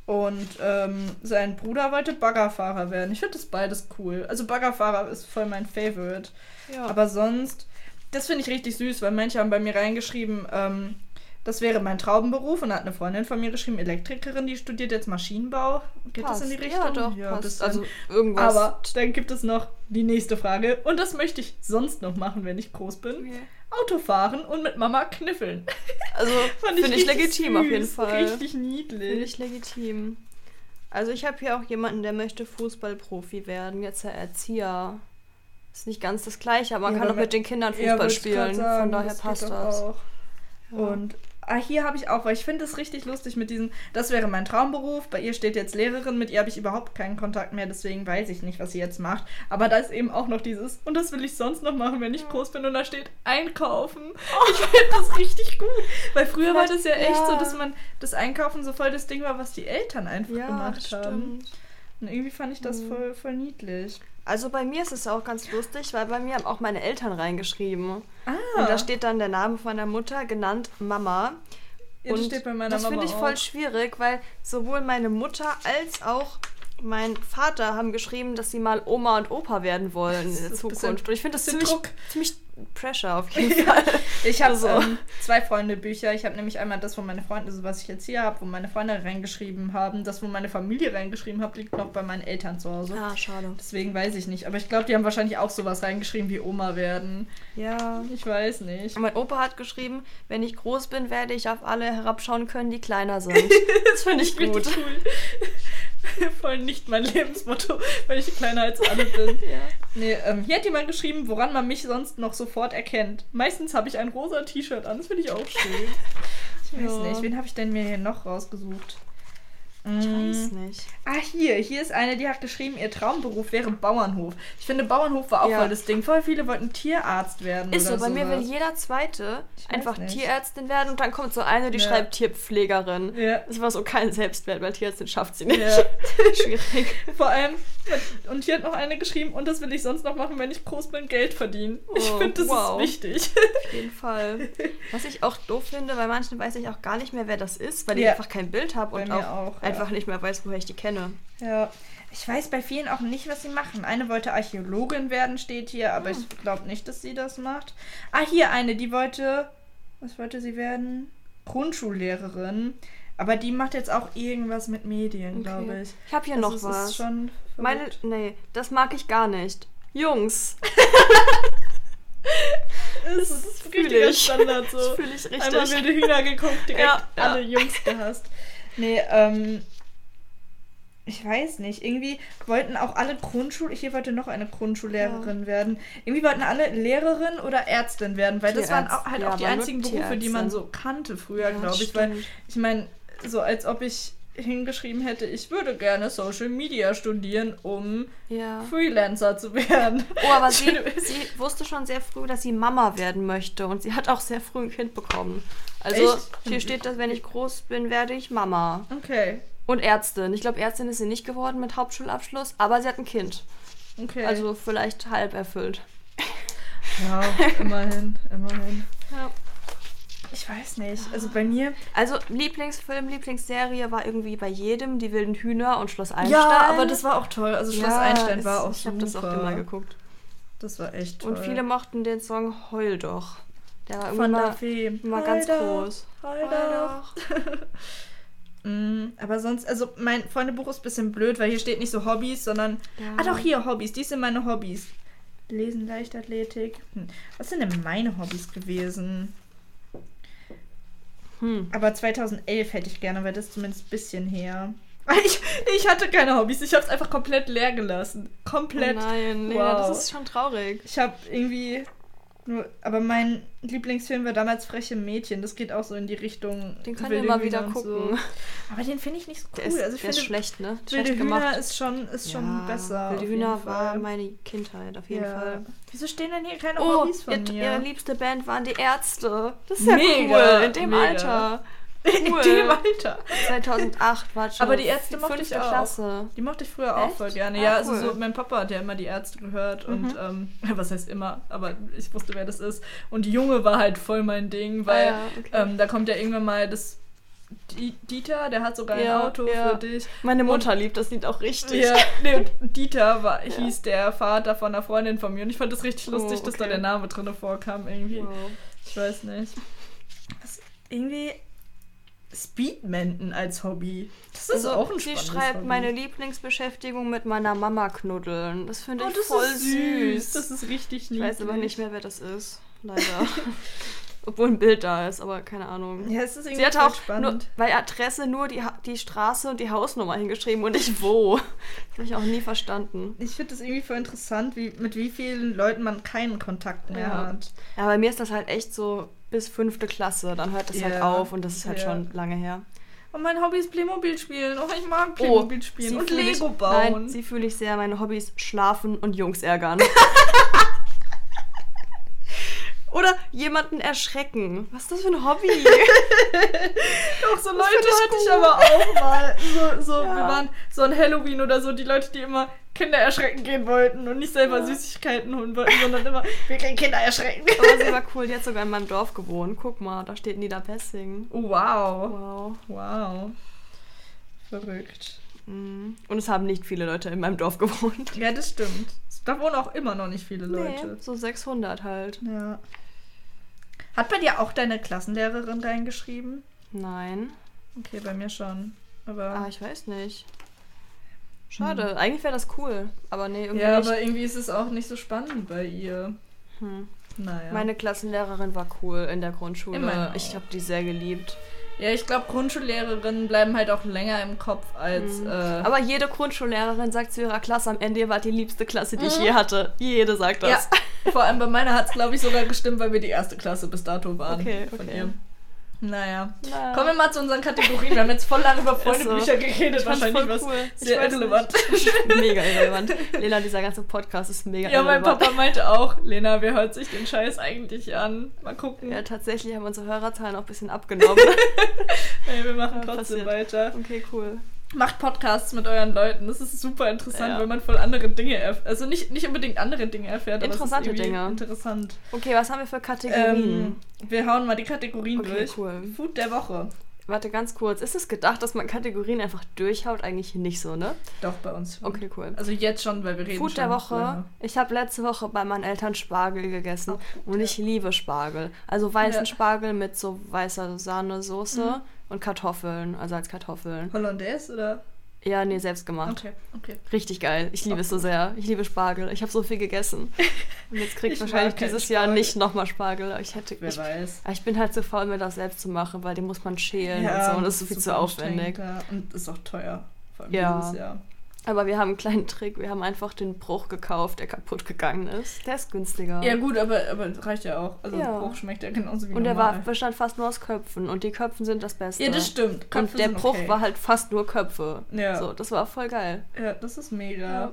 Und ähm, sein Bruder wollte Baggerfahrer werden. Ich finde das beides cool. Also Baggerfahrer ist voll mein Favorite.
Ja.
Aber sonst, das finde ich richtig süß, weil manche haben bei mir reingeschrieben, ähm, das wäre mein Traubenberuf und da hat eine Freundin von mir geschrieben, Elektrikerin, die studiert jetzt Maschinenbau. Geht
passt.
das in die Richtung?
Ja, doch.
bis
passt.
dann.
Also irgendwas.
Aber dann gibt es noch die nächste Frage und das möchte ich sonst noch machen, wenn ich groß bin.
Okay.
Auto fahren und mit Mama kniffeln.
Also
Fand
finde ich,
richtig
legitim auf jeden
süß,
Fall.
Richtig
Finde
niedlich.
ich legitim. Also ich habe hier auch jemanden, der möchte Fußballprofi werden, jetzt der Erzieher. Ist nicht ganz das gleiche, aber man
Ja,
kann
aber
doch mit den Kindern
Ja,
Fußball
wollte ich
spielen.
grad sagen,
Von daher
das geht
passt
doch
das.
Auch. Und ah, hier habe ich auch, weil ich finde es richtig lustig mit diesem, das wäre mein Traumberuf, bei ihr steht jetzt Lehrerin, mit ihr habe ich überhaupt keinen Kontakt mehr, deswegen weiß ich nicht, was sie jetzt macht. Aber da ist eben auch noch dieses, und das will ich sonst noch machen, wenn ich groß bin, und da steht Einkaufen. Ich finde das richtig gut, weil früher war das ja echt so,
Oh. Ja.
dass man das Einkaufen so voll das Ding war, was die Eltern einfach
ja, das
gemacht haben.
stimmt.
Und irgendwie fand ich das
Mhm.
voll, voll niedlich.
Also bei mir ist es auch ganz lustig, weil bei mir haben auch meine Eltern reingeschrieben.
Ah,
Und da steht dann der Name von der Mutter, genannt Mama.
ja, das steht bei meiner
das
Mama
finde ich
auch.
voll schwierig, weil sowohl meine Mutter als auch mein Vater haben geschrieben, dass sie mal Oma und Opa werden wollen
Das
in der
ist ein bisschen-
Zukunft. Und ich finde das
bisschen
ziemlich,
Druck.
ziemlich Pressure auf jeden Fall.
Ich habe
Also-
ähm, zwei Freunde-Bücher. Ich habe nämlich einmal das, wo meine Freunde, also was ich jetzt hier habe, wo meine Freunde reingeschrieben haben. Das, wo meine Familie reingeschrieben hat, liegt noch bei meinen Eltern zu Hause.
ah, schade.
Deswegen weiß ich nicht. Aber ich glaube, die haben wahrscheinlich auch sowas reingeschrieben wie Oma werden.
Ja.
Ich weiß nicht.
Mein Opa hat geschrieben, wenn ich groß bin, werde ich auf alle herabschauen können, die kleiner sind. Das finde ich
Richtig
gut.
cool. Voll nicht mein Lebensmotto, weil ich kleiner als alle bin.
Ja.
Nee, ähm, hier hat jemand geschrieben, woran man mich sonst noch sofort erkennt. Meistens habe ich ein rosa T-Shirt an. Das finde ich auch schön. Ich weiß
Ja.
nicht, wen habe ich denn mir hier noch rausgesucht? Mm.
Ich weiß nicht.
Ah, hier, hier ist eine, die hat geschrieben, ihr Traumberuf wäre Bauernhof. Ich finde, Bauernhof war auch
Ja.
voll das Ding. Voll viele wollten Tierarzt werden.
Ist so,
oder
bei mir will
sowas.
jeder Zweite
Ich weiß
einfach
nicht.
Tierärztin werden und dann kommt so eine, die
Ja.
schreibt Tierpflegerin.
Ja.
Das war so kein Selbstwert, weil Tierärztin schafft sie nicht.
Ja.
Schwierig.
Vor allem, und hier hat noch eine geschrieben, und das will ich sonst noch machen, wenn ich groß bin, Geld verdienen. ich
Oh,
finde, das
wow.
ist wichtig.
Auf jeden Fall. Was ich auch doof finde, bei manchen weiß ich auch gar nicht mehr, wer das ist, weil ich
Ja.
einfach kein Bild habe
Bei
und
mir
auch,
auch, ja.
einfach nicht mehr weiß, woher ich die kenne.
Ja. Ich weiß bei vielen auch nicht, was sie machen. Eine wollte Archäologin werden, steht hier,
Hm.
aber ich glaube nicht, dass sie das macht. Ah, hier eine, die wollte. Was wollte sie werden? Grundschullehrerin. Aber die macht jetzt auch irgendwas mit Medien,
Okay.
glaube ich.
Ich habe hier
Also
noch
es
was.
Ist schon
Meine,
verrückt.
nee, das mag ich gar nicht. Jungs,
es ist
fühl
richtiger
ich.
Standard
das
so.
fühle ich
Einmal
richtig.
wilde Hühner geguckt, direkt
Ja, ja.
alle Jungs gehasst. Nee, ähm. Ich weiß nicht. Irgendwie wollten auch alle Grundschul... Hier wollte noch eine Grundschullehrerin werden. Irgendwie wollten alle Lehrerin oder Ärztin werden, weil das waren auch,
Tierärztin.
halt
Ja,
auch die
aber nur
einzigen Berufe, die man
Tierärztin.
so kannte früher,
Ja,
glaube ich. Weil,
stimmt.
ich meine, so als ob ich hingeschrieben hätte, ich würde gerne Social Media studieren, um
Ja.
Freelancer zu werden.
Oh, aber sie,
Schöne-
sie wusste schon sehr früh, dass sie Mama werden möchte und sie hat auch sehr früh ein Kind bekommen. Also
Echt?
hier steht, dass wenn ich groß bin, werde ich Mama
Okay,
und Ärztin. Ich glaube, Ärztin ist sie nicht geworden mit Hauptschulabschluss, aber sie hat ein Kind.
okay.
Also vielleicht halb erfüllt.
ja, immerhin, immerhin.
Ja.
Ich weiß nicht. Also bei mir.
Also Lieblingsfilm, Lieblingsserie war irgendwie bei jedem die wilden Hühner und Schloss Einstein.
Ja, aber das war auch toll. Also Schloss
Ja,
Einstein
es-
war auch
Ich
super.
habe das auch immer geguckt.
Das war echt toll.
Und viele mochten den Song Heul doch. Der war
von der
irgendwie
Fee.
mal, mal ganz
Heil doch,
groß.
heil doch. Mm, aber sonst, also mein Freundebuch ist ein bisschen blöd, weil hier steht nicht so Hobbys, sondern.
Ja.
Ah, doch, hier Hobbys. Dies sind meine Hobbys. Lesen, Leichtathletik. Hm. Was sind denn meine Hobbys gewesen?
Hm.
Aber 2011 hätte ich gerne, weil das ist zumindest ein bisschen her. Ich, ich hatte keine Hobbys. Ich habe es einfach komplett leer gelassen. Komplett.
Oh nein, Lena, das ist schon traurig.
Ich habe irgendwie nur, aber mein Lieblingsfilm war damals Freche Mädchen. Das geht auch so in die Richtung.
Den können
Wilde
wir mal wieder
Hühner und
gucken.
So. Aber den finde ich nicht so cool.
Der ist,
also ich
der ist
finde
schlecht, ne?
Wilde
schlecht
Hühner
gemacht.
ist schon ist schon
Ja,
besser.
Wilde
auf
Hühner
jeden
war
Fall.
meine Kindheit, auf jeden
ja.
Fall.
Wieso stehen denn hier keine
Oh,
Hobbys von
ihr,
mir?
ihre liebste Band waren die Ärzte. Das ist ja
Mega,
cool, in dem
mega.
Alter.
In
cool.
dem Alter.
2008 war schon
Aber die Ärzte
fünfte
mochte ich auch.
Klasse.
Die mochte ich früher auch
Echt?
voll gerne.
Ah,
ja, also
cool. Mhm.
so, mein Papa hat ja immer die Ärzte gehört und ähm, was heißt immer, aber ich wusste, wer das ist. Und die Junge war halt voll mein Ding,
Ah,
weil
ja, okay.
ähm, da kommt ja irgendwann mal das Di- Dieter, der hat sogar ein
Ja,
Auto
ja.
für dich.
Meine Mutter liebt das Lied auch richtig.
Ja, nee, und Dieter war, hieß der Vater von einer Freundin von mir und ich fand das richtig
Oh,
lustig, dass da
okay.
der Name drin vorkam irgendwie.
Wow.
Ich weiß nicht. Was, irgendwie Speedmenten als Hobby. Das ist
Also,
auch ein
sie
spannendes
schreibt
Hobby.
meine Lieblingsbeschäftigung mit meiner Mama knuddeln. Das finde
Oh,
ich
das
voll
ist
süß.
süß. Das ist richtig
Ich
niedlich.
weiß aber nicht mehr, wer das ist. Leider. Obwohl ein Bild da ist, aber keine Ahnung.
Ja, es ist irgendwie
Sie hat auch
spannend.
nur, bei Adresse nur die, Ha- die Straße und die Hausnummer hingeschrieben und nicht wo. Das habe ich auch nie verstanden.
ich finde das irgendwie voll interessant, wie, mit wie vielen Leuten man keinen Kontakt mehr
Ja.
hat.
Ja, bei mir ist das halt echt so bis fünfte Klasse. Dann hört das halt
Ja.
auf und das ist halt
Ja.
schon lange her.
Und mein Hobby ist Playmobil spielen. Oh, ich mag Playmobil
sie
spielen. Und
fühl ich-
Lego bauen.
Nein, sie fühle ich sehr. Meine Hobbys schlafen und Jungs ärgern. Oder jemanden erschrecken. Was ist das für ein Hobby?
auch so Leute
find ich
hatte ich
gut.
aber auch mal. So, so
Ja.
wir waren so an Halloween oder so, die Leute, die immer Kinder erschrecken gehen wollten und nicht selber
Ja.
Süßigkeiten holen wollten, sondern immer, wir gehen Kinder erschrecken.
Aber Oh, sie war cool, die hat sogar in meinem Dorf gewohnt. Guck mal, da steht Niederpessing.
Oh, Wow.
Wow.
Wow. Verrückt.
Mhm. Und es haben nicht viele Leute in meinem Dorf gewohnt.
Ja, das stimmt. Da wohnen auch immer noch nicht viele Leute.
so 600 halt.
Ja. Hat bei dir auch deine Klassenlehrerin reingeschrieben?
Nein.
Okay, bei mir schon.
Ah,
Aber.
ich weiß nicht. Schade. Eigentlich wäre das cool. Aber nee, irgendwie
Mhm. ja,
nicht.
aber irgendwie ist es auch nicht so spannend bei ihr.
Hm.
Naja.
Meine Klassenlehrerin war cool in der Grundschule.
Immerhin.
Ich habe die sehr geliebt.
Ja, ich glaube, Grundschullehrerinnen bleiben halt auch länger im Kopf als. Äh,
Mhm. Aber jede Grundschullehrerin sagt zu ihrer Klasse am Ende, ihr wart die liebste Klasse, die ich je hatte. Jede sagt
Mhm. ja,
das.
vor allem bei meiner hat es, glaube ich, sogar gestimmt, weil wir die erste Klasse bis dato waren.
Okay,
Von
okay.
ihr. Naja.
Naja.
Kommen wir mal zu unseren Kategorien. Wir haben jetzt voll lange über Freundebücher
so.
geredet.
Ich fand's
Wahrscheinlich
voll
was
cool. Ich
sehr
weiß
irrelevant.
mega irrelevant. Lena, dieser ganze Podcast ist mega
Ja, mein
irrelevant.
Papa meinte auch, Lena, wer hört sich den Scheiß eigentlich an? Mal gucken.
Ja, tatsächlich haben unsere Hörerzahlen auch ein bisschen abgenommen.
Ey, wir machen
Ja,
trotzdem
passiert.
weiter.
Okay, cool.
Macht Podcasts mit euren Leuten. Das ist super interessant,
Ja.
weil man voll andere Dinge erfährt. Also nicht, nicht unbedingt andere Dinge erfährt, aber
Interessante
es ist irgendwie
Dinge.
interessant.
Okay, was haben wir für Kategorien?
Ähm, wir hauen mal die Kategorien
Okay,
durch.
cool.
Food der Woche.
Warte ganz kurz. Ist es gedacht, dass man Kategorien einfach durchhaut? Eigentlich nicht so, ne?
Doch, bei uns. Food.
Okay, cool.
Also jetzt schon, weil wir reden
Food
schon Genau.
der
so lange.
Woche. Ich habe letzte Woche bei meinen Eltern Spargel gegessen
Auch gut,
und ich liebe Spargel. Also weißen
Oh, Ja. Mhm.
Spargel mit so weißer Sahnesoße und Kartoffeln, also als Kartoffeln.
Hollandaise oder?
Ja, nee, selbst gemacht.
Okay, okay.
Richtig geil. Ich liebe
Auch
es so sehr. Ich liebe Spargel. Ich habe so viel gegessen. Und jetzt kriege
Ich
ich wahrscheinlich
mag keinen
dieses Jahr
Spargel.
nicht nochmal Spargel. Ich hätte
Wer
ich,
weiß.
ich bin halt zu faul, mir das selbst zu machen, weil den muss man schälen und so. Und das ist viel zu
super
aufwendig.
anstrengend, ja. Und ist auch teuer. Vor allem
Ja.
dieses Jahr.
Aber wir haben einen kleinen Trick. Wir haben einfach den Bruch gekauft, der kaputt gegangen ist. Der ist günstiger.
Ja, gut, aber, aber reicht ja auch. Also,
Ja.
Bruch schmeckt ja genauso wie
und der war,
normal.
bestand fast nur aus Köpfen. Und die Köpfen sind das Beste.
Ja, das stimmt.
Und der
sind
Bruch
okay.
war halt fast nur Köpfe.
Ja.
So, das war voll geil.
Ja, das ist mega.
Ja.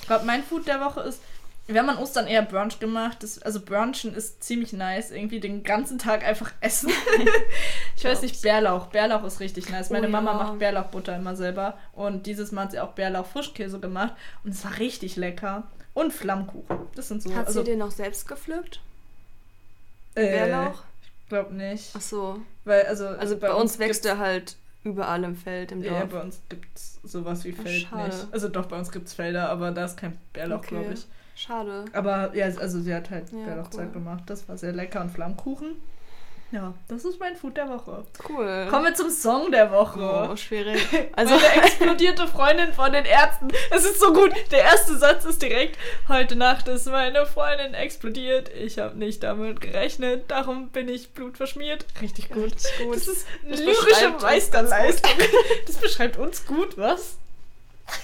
Ich glaube, mein Food der Woche ist. Wir haben an Ostern eher Brunch gemacht. Das, also Brunchen ist ziemlich nice. Irgendwie den ganzen Tag einfach essen. ich weiß nicht, Bärlauch. Bärlauch ist richtig nice. Meine
Oh
Mama
ja.
macht Bärlauchbutter immer selber. Und dieses Mal hat sie auch Bärlauch-Frischkäse gemacht. Und es war richtig lecker. Und Flammkuchen. Das sind so.
Hat
also,
sie den noch selbst gepflückt?
äh,
Bärlauch?
Ich glaube nicht.
Ach so.
Weil, also,
Also bei, uns wächst
gibt's-
er halt überall im Feld, im Dorf.
Ja, bei uns gibt es sowas wie
Ach,
Feld
schade.
nicht. Also doch, bei uns gibt es Felder, aber da ist kein Bärlauch,
Okay.
glaube ich.
Schade.
Aber ja, also sie hat halt
Ja,
Bärlauchzeug
cool.
gemacht. Das war sehr lecker und Flammkuchen. Ja, das ist mein Food der Woche.
Cool.
Kommen wir zum Song der
oh,
Woche.
schwierig.
Also
Also,
Meine explodierte Freundin von den Ärzten. Es ist so gut. Der erste Satz ist direkt: Heute Nacht ist meine Freundin explodiert. Ich habe nicht damit gerechnet. Darum bin ich blutverschmiert. Richtig gut.
Richtig gut.
Das ist eine
Das
lyrische
beschreibt uns
Meisterleistung. Das beschreibt uns gut, was?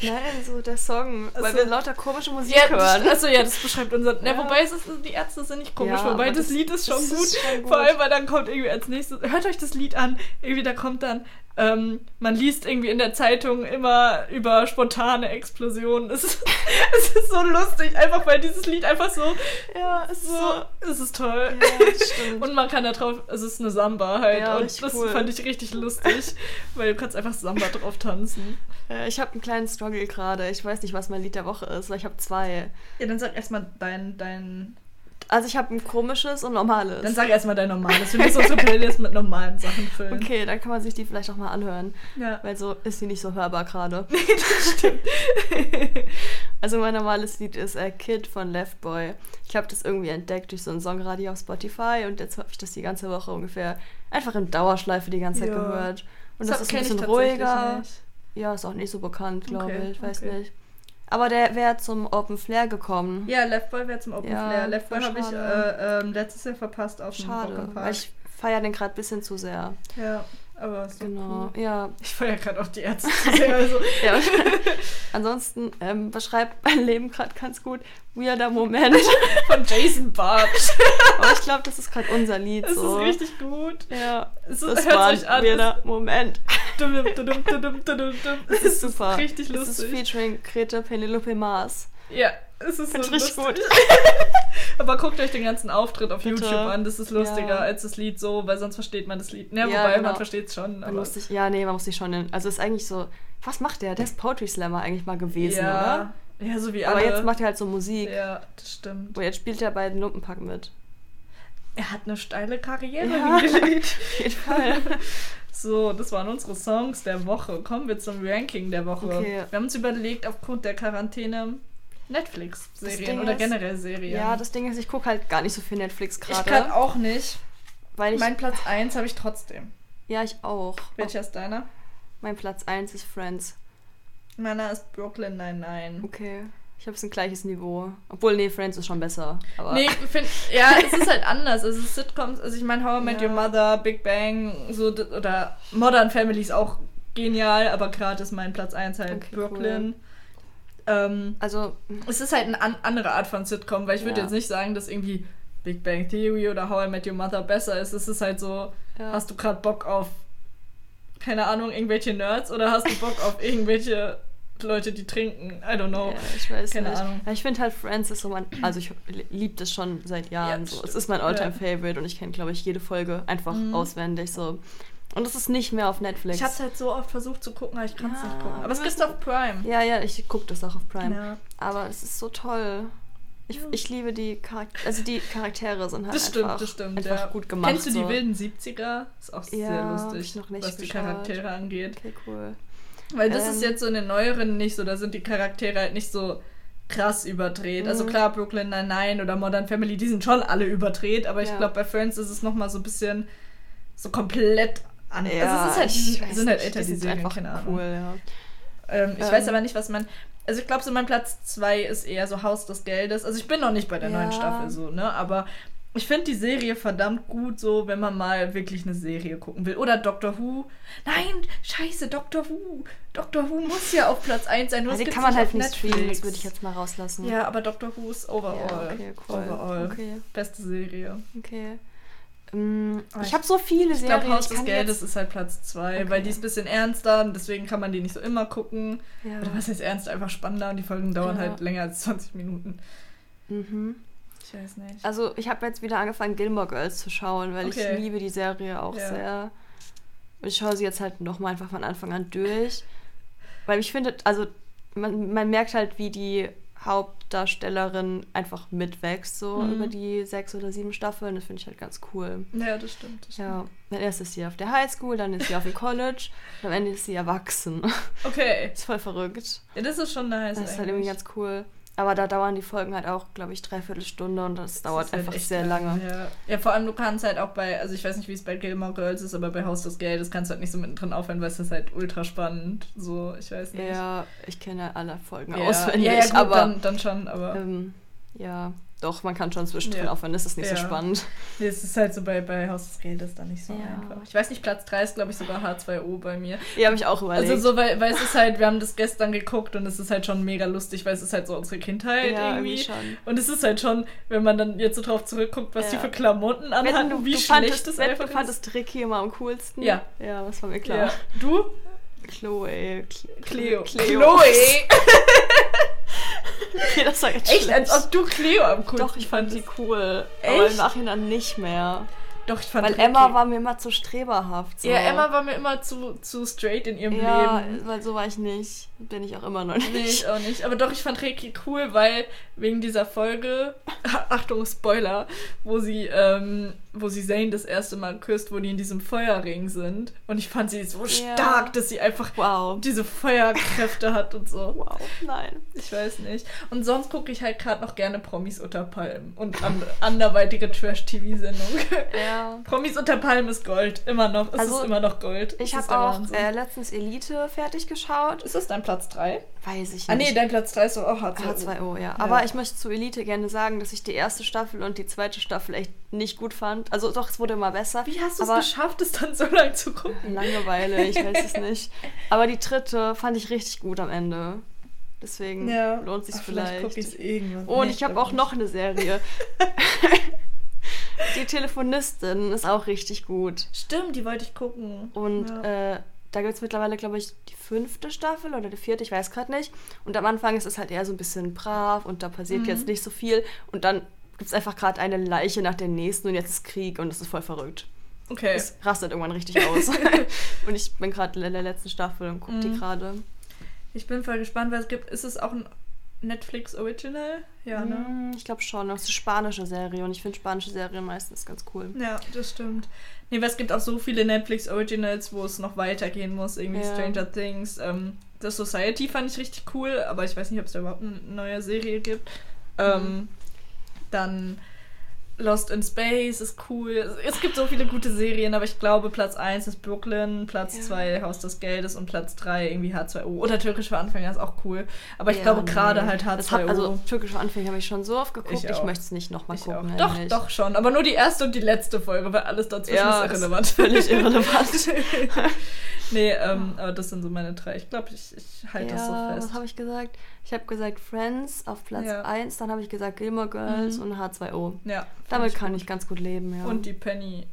nein, so der Song, weil
Also-
wir lauter komische Musik
Ja, das,
hören.
also ja, das beschreibt unser.
ne? Ja.
Ja. Wobei es ist, die Ärzte sind nicht komisch,
Ja,
wobei
aber
das,
das-
Lied ist schon,
das ist
gut.
schon gut.
Vor allem, weil dann kommt irgendwie als nächstes. Hört euch das Lied an. Irgendwie da kommt dann. Ähm, man liest irgendwie in der Zeitung immer über spontane Explosionen. Es ist, es ist so lustig, einfach weil dieses Lied einfach so.
Ja, ist
so es ist toll.
Ja, das stimmt.
Und man kann da drauf, es ist eine Samba halt.
Ja,
und
richtig
das
cool.
fand ich richtig lustig, weil du kannst einfach Samba drauf tanzen.
Äh, Ich habe einen kleinen Struggle gerade. Ich weiß nicht, was mein Lied der Woche ist, weil ich habe zwei.
Ja, dann sag erstmal dein, dein
Also ich habe ein komisches und normales.
Dann sag erstmal dein normales. Wir müssen unsere Playlist mit normalen Sachen füllen.
okay, dann kann man sich die vielleicht auch mal anhören,
Ja.
weil so ist sie nicht so hörbar gerade.
das stimmt.
Also mein normales Lied ist äh, Kid von Left Boy. Ich habe das irgendwie entdeckt durch so ein Songradio auf Spotify und jetzt habe ich das die ganze Woche ungefähr einfach in Dauerschleife die ganze Zeit
Ja.
gehört. Und das, ist ein
kenn ich
bisschen
tatsächlich
ruhiger.
nicht.
Ja, ist auch nicht so bekannt, glaube
Okay,
ich, weiß
okay.
nicht. Aber der wäre zum Open Flair gekommen.
Ja, Left Boy wäre zum Open
Ja,
Flair. Left Boy
voll
habe ich äh,
schade.
ähm, letztes Jahr verpasst auf dem
Schade,
Rock
weil
Park.
ich feiere den gerade ein bisschen zu sehr.
Ja, aber ist doch
Genau,
cool.
ja.
Ich feiere gerade auch die Ärzte zu sehr. Also.
ja ansonsten ähm, beschreibt mein Leben gerade ganz gut. Weirder Moment.
Von Jason Bartsch.
Aber ich glaube, das ist gerade unser Lied.
Das
so.
ist richtig gut.
Ja,
Es ist-
das
hört's
war ein
euch an,
weirder Moment.
Dum, dum, dum, dum, dum, dum.
Das ist super.
richtig
Das ist
lustig.
featuring Grete Penelope Mars.
Ja, es ist so
Find ich
lustig.
richtig gut.
Aber guckt euch den ganzen Auftritt auf
Bitte.
YouTube an, das ist lustiger
Ja.
als das Lied so, weil sonst versteht man das Lied.
Ja,
Ja, wobei man
genau.
versteht es schon.
Man
Aber
muss sich, ja, nee, man muss sich schon in, Also ist eigentlich so. Was macht der? Der ist Poetry Slammer eigentlich mal gewesen,
ja. ja, so wie
oder? Aber
alle.
jetzt macht er halt so Musik.
ja, das stimmt.
Und jetzt spielt er bei den Lumpenpack mit.
Er hat eine steile Karriere
Ja.
hingelegt.
Auf jeden Fall.
So, das waren unsere Songs der Woche. Kommen wir zum Ranking der Woche.
Okay.
Wir haben uns überlegt, aufgrund der Quarantäne
Das
Netflix-Serien
Ding
oder
ist-
generell Serien.
ja, das Ding ist, ich gucke halt gar nicht so viel Netflix
ich kann
gerade.
auch nicht.
Weil ich.
Mein Platz 1 habe ich trotzdem.
ja, ich auch.
Welcher ist deiner?
Mein Platz 1 ist Friends.
Meiner ist Brooklyn 99.
Okay. Ich habe es ein gleiches Niveau. Obwohl, nee, Friends ist schon besser. Aber
Nee, ich find, ja, es ist halt anders. Also Sitcoms, also ich meine, How I Met
Ja.
Your Mother, Big Bang, so d- oder Modern Family ist auch genial, aber gerade ist mein Platz 1 halt
Okay,
Brooklyn. Ähm,
Also,
es ist halt eine an andere Art von Sitcom, weil ich würde
Ja.
jetzt nicht sagen, dass irgendwie Big Bang Theory oder How I Met Your Mother besser ist. Es ist halt so,
Ja.
Hast du gerade Bock auf, keine Ahnung, irgendwelche Nerds oder hast du Bock auf irgendwelche Leute, die trinken? I don't know.
Ja, ich weiß
Keine
nicht.
Ahnung.
Ja, Ich finde halt Friends ist so mein, also ich liebe das schon seit Jahren
Ja,
so.
stimmt.
Es ist mein Alltime
Ja.
Favorite und ich kenne glaube ich jede Folge einfach
Mhm.
auswendig so. Und es ist nicht mehr auf Netflix.
Ich hab's halt so oft versucht zu gucken, aber ich kann's
Ja,
nicht gucken. Aber
wir
es gibt's auf Prime.
ja, ja, ich gucke das auch auf Prime.
Ja.
Aber es ist so toll. Ich,
Ja.
ich liebe die Charaktere, also die Charaktere sind halt
Das
einfach,
stimmt, das stimmt.
einfach
ja.
gut gemacht.
Kennst du die
so.
wilden 70er? Ist auch sehr
Ja, hab
lustig,
ich noch nicht
was die
geschaut.
Charaktere angeht.
Okay, cool.
Weil das ist
Ähm.
jetzt so in den neueren nicht so, da sind die Charaktere halt nicht so krass überdreht. Also
Mhm.
klar, Brooklyn Nine-Nine oder Modern Family, die sind schon alle überdreht, aber ich
Ja.
glaube, bei Friends ist es nochmal so ein bisschen so komplett anders. also es ist halt,
ich
die
weiß
sind halt
nicht,
älter, die,
sind
Serien,
einfach
keine Ahnung.
cool, ja.
Ähm, ich
Ähm.
weiß aber nicht, was man. Also ich glaube, so mein Platz 2 ist eher so Haus des Geldes. Also ich bin noch nicht bei der
Ja.
neuen Staffel so, ne? Aber ich finde die Serie verdammt gut, so wenn man mal wirklich eine Serie gucken will. Oder Doctor Who. Nein, scheiße, Doctor Who. Doctor Who muss ja auf Platz 1 sein. Nur
Also die
es gibt's
kann man halt
auf
nicht streamen,
Netflix.
das würde ich jetzt mal rauslassen.
Ja, aber Doctor Who ist overall.
Ja, okay, cool.
Overall.
Okay,
Beste Serie.
okay. Ähm,
Aber
ich
ich-
habe so viele
Ich glaube,
Serien.
Haus
ich
des
kann
Geldes ist halt Platz 2,
Okay.
weil die ist ein bisschen ernster und deswegen kann man die nicht so immer gucken.
Jetzt, ja.
Oder was heißt ernst? Einfach spannender und die Folgen dauern
Ja.
halt länger als 20 Minuten.
Mhm.
Ich weiß nicht.
Also ich habe jetzt wieder angefangen, Gilmore Girls zu schauen, weil
Okay.
ich liebe die Serie auch
Ja.
sehr. Ich schaue sie jetzt halt nochmal einfach von Anfang an durch. Weil ich finde, also man, man merkt halt, wie die Hauptdarstellerin einfach mitwächst, so
Mhm.
über die sechs oder sieben Staffeln. Das finde ich halt ganz cool.
Ja, das stimmt. Das
Ja, dann erst ist sie auf der Highschool, dann ist sie auf dem College und am Ende ist sie erwachsen.
stimmt. Okay.
ist voll verrückt.
Ja, das ist schon nice.
Das ist halt irgendwie ganz cool. Aber da dauern die Folgen halt auch, glaube ich, dreiviertel Stunde und das dauert einfach sehr lange.
halt Ja. ja, vor allem du kannst halt auch bei, also ich weiß nicht, wie es bei Gilmore Girls ist, aber bei Haus des Geldes kannst du halt nicht so mittendrin aufhören, weil es ist halt ultra spannend. So, ich weiß nicht.
Ja, ich kenne alle Folgen
ja.
auswendig,
ja, ja, gut,
aber
dann, dann schon, aber
ähm, ja, doch, man kann schon zwischendrin
Ja.
aufhören, das ist nicht so
Ja.
spannend.
nee, es ist halt so bei, bei Haus des Geldes dann nicht so
Ja.
einfach. Ich weiß nicht, Platz 3 ist, glaube ich, sogar H2O bei mir.
Ja, habe ich auch überlegt.
Also so, weil, weil es ist halt, wir haben das gestern geguckt und es ist halt schon mega lustig, weil es ist halt so unsere Kindheit
ja,
irgendwie.
irgendwie schon.
Und es ist halt schon, wenn man dann jetzt so drauf zurückguckt,
Ja.
was die für Klamotten anhatten,
Wetten, du,
wie
du
schlecht
fandest,
das
wetten,
einfach
du fandest Ricky immer am coolsten?
Ja.
Ja, das war mir
ist.
klar.
Ja. Du?
Chloe. Cl-
Cleo.
Cleo. Okay, das war jetzt
Echt,
schlecht.
als ob du Cleo am coolsten
Doch, ich fand die
fandest.
cool. Aber im
Echt?
Nachhinein nicht mehr.
Doch, ich fand
Weil
Ricky-
Emma war mir immer zu streberhaft. So.
Ja, Emma war mir immer zu, zu straight in ihrem
Ja,
Leben.
weil so war ich nicht. Bin ich auch immer noch nicht.
Nee, ich auch nicht. Aber doch, ich fand Reiki cool, weil wegen dieser Folge, Achtung, Spoiler, wo sie, ähm, wo sie Zane das erste Mal küsst, wo die in diesem Feuerring sind. Und ich fand sie so
Ja.
stark, dass sie einfach
Wow.
diese Feuerkräfte hat und so.
Wow, nein.
Ich weiß nicht. Und sonst gucke ich halt gerade noch gerne Promis unter Palmen und an, anderweitige Trash-TV-Sendungen.
Ja.
Promis unter Palmen ist Gold. Immer noch. Es
Also,
ist immer noch Gold.
Ich
Es ist
habe
der
auch
Wahnsinn.
äh, letztens Elite fertig geschaut.
ist das dein Platz 3?
Weiß ich nicht.
Ah, nee, dein Platz 3 ist doch auch H2O.
H2O, ja. Aber ich möchte zu Elite gerne sagen, dass ich die erste Staffel und die zweite Staffel echt nicht gut fand. Also doch, es wurde immer besser.
Wie hast du es
aber
geschafft, es dann so lange zu gucken?
Langeweile, ich weiß es nicht. Aber die dritte fand ich richtig gut am Ende. Deswegen lohnt sich
Ach, vielleicht
vielleicht.
gucke ich es irgendwann.
Oh, und
Nee,
ich habe
glaub
auch
nicht.
noch eine Serie. die Telefonistin ist auch richtig gut.
Stimmt, die wollte ich gucken.
Und
ja.
äh, da gibt es mittlerweile, glaube ich, die fünfte Staffel oder die vierte, ich weiß gerade nicht. Und am Anfang ist es halt eher so ein bisschen brav und da passiert
Mhm.
jetzt nicht so viel. Und dann gibt es einfach gerade eine Leiche nach der nächsten und jetzt ist Krieg und das ist voll verrückt.
okay.
Es rastet irgendwann richtig aus. und ich bin gerade in der letzten Staffel und gucke die
Mhm.
gerade.
ich bin voll gespannt, weil es gibt. Ist es auch ein Netflix Original? Ja, ne?
Mm, Ich glaube schon. Das ist eine spanische Serie und ich finde spanische Serien meistens ganz cool.
Ja, das stimmt. Nee, weil es gibt auch so viele Netflix Originals, wo es noch weitergehen muss. Irgendwie
Ja.
Stranger Things. Ähm, The Society fand ich richtig cool, aber ich weiß nicht, ob es da überhaupt eine neue Serie gibt.
Mhm.
Ähm, dann Lost in Space ist cool. Es- Es gibt so viele gute Serien, aber ich glaube, Platz 1 ist Brooklyn, Platz
Ja.
2 Haus des Geldes und Platz 3 irgendwie H2O. Oder Türkisch für Anfänger ist auch cool. Aber ich
Ja,
glaube
nee.
gerade halt
Das
H2O.
hab, also türkische Anfänger habe ich schon so oft geguckt, ich,
Ich auch.
möchte es nicht nochmal
ich auch.
gucken.
Doch,
eigentlich.
doch schon. Aber nur die erste und die letzte Folge, weil alles dazwischen
Ja,
ist
das ist
irrelevant.
völlig irrelevant.
nee, ähm, aber das sind so meine drei. Ich glaube, ich, ich halte Halt das
ja,
so
was
fest.
habe ich gesagt? Ich habe gesagt Friends auf Platz
Ja.
1, dann habe ich gesagt Gilmore Girls
Mhm.
und H2O.
ja,
Damit
find
kann ich ganz gut leben, ja.
Und die Penny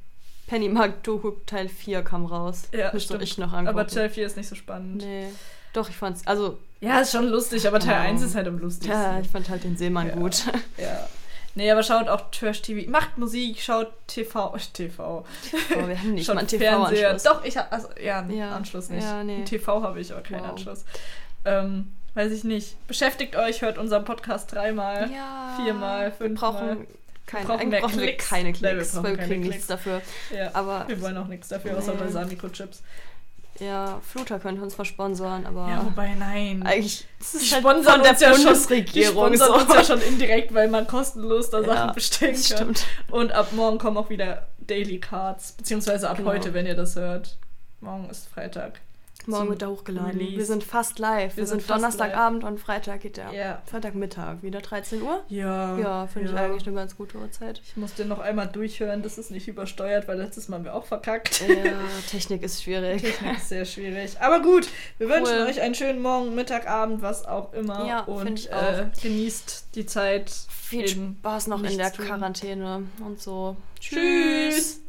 Pennymarkt-Doku Teil 4 kam raus.
Ja,
Müsste
stimmt.
ich noch angucken.
Aber Teil 4 ist nicht so spannend.
Nee. Doch, ich fand's. Also,
Ja, ist schon lustig, aber Teil
Wow.
1 ist halt am lustigsten.
ja, ich fand halt den Seemann
Ja.
gut.
Ja. Nee, aber schaut auch Trash-TV. Macht Musik, schaut TV. TV.
Aber wir haben nicht
schaut
mal einen
Fernseher.
TV-Anschluss.
Doch, ich habe... Also, ja, einen
Ja,
Anschluss nicht.
ja, nee.
Ein TV habe ich, aber keinen
Wow.
Anschluss. Ähm, weiß ich nicht. Beschäftigt euch, hört unseren Podcast dreimal.
Ja.
Viermal, fünfmal.
Wir brauchen keine,
brauchen
eigentlich
mehr
brauchen wir
Klicks.
keine
Nein, wir
Klicks,
brauchen
weil wir
keine
kriegen
Klicks.
nichts dafür.
Ja.
Aber
Wir wollen auch nichts dafür, außer
Nee.
bei Samico-Chips.
ja, Fluter könnte uns versponsoren, aber
Ja, wobei, nein.
eigentlich das
Die
ist halt
sponsern
von der
uns ja
Bundesregierung
Schon, die sponsern
so.
uns ja schon indirekt, weil man kostenlos da
Ja,
Sachen bestellen
das
kann.
Stimmt.
Und ab morgen kommen auch wieder Daily Cards, beziehungsweise ab
Genau.
heute, wenn ihr das hört. Morgen ist Freitag.
Morgen
Zum
wird er hochgeladen.
Release.
Wir sind fast live.
Wir
Wir,
sind
sind,
fast
Donnerstagabend und Freitag geht der.
Ja.
Freitagmittag, wieder 13 Uhr.
Ja,
Ja, finde ich eigentlich eine ganz gute Uhrzeit.
Ich muss den noch einmal durchhören, dass es nicht übersteuert, weil letztes Mal haben wir auch verkackt.
Ja, äh, Technik ist schwierig.
Technik ist sehr schwierig. Aber gut, wir wünschen
Cool.
euch einen schönen Morgen, Mittag, Abend, was auch immer.
Ja,
und
find ich
Äh, genießt die Zeit.
Viel
Eben
Spaß noch in
nichts
der
tun.
Quarantäne und so.
Tschüss.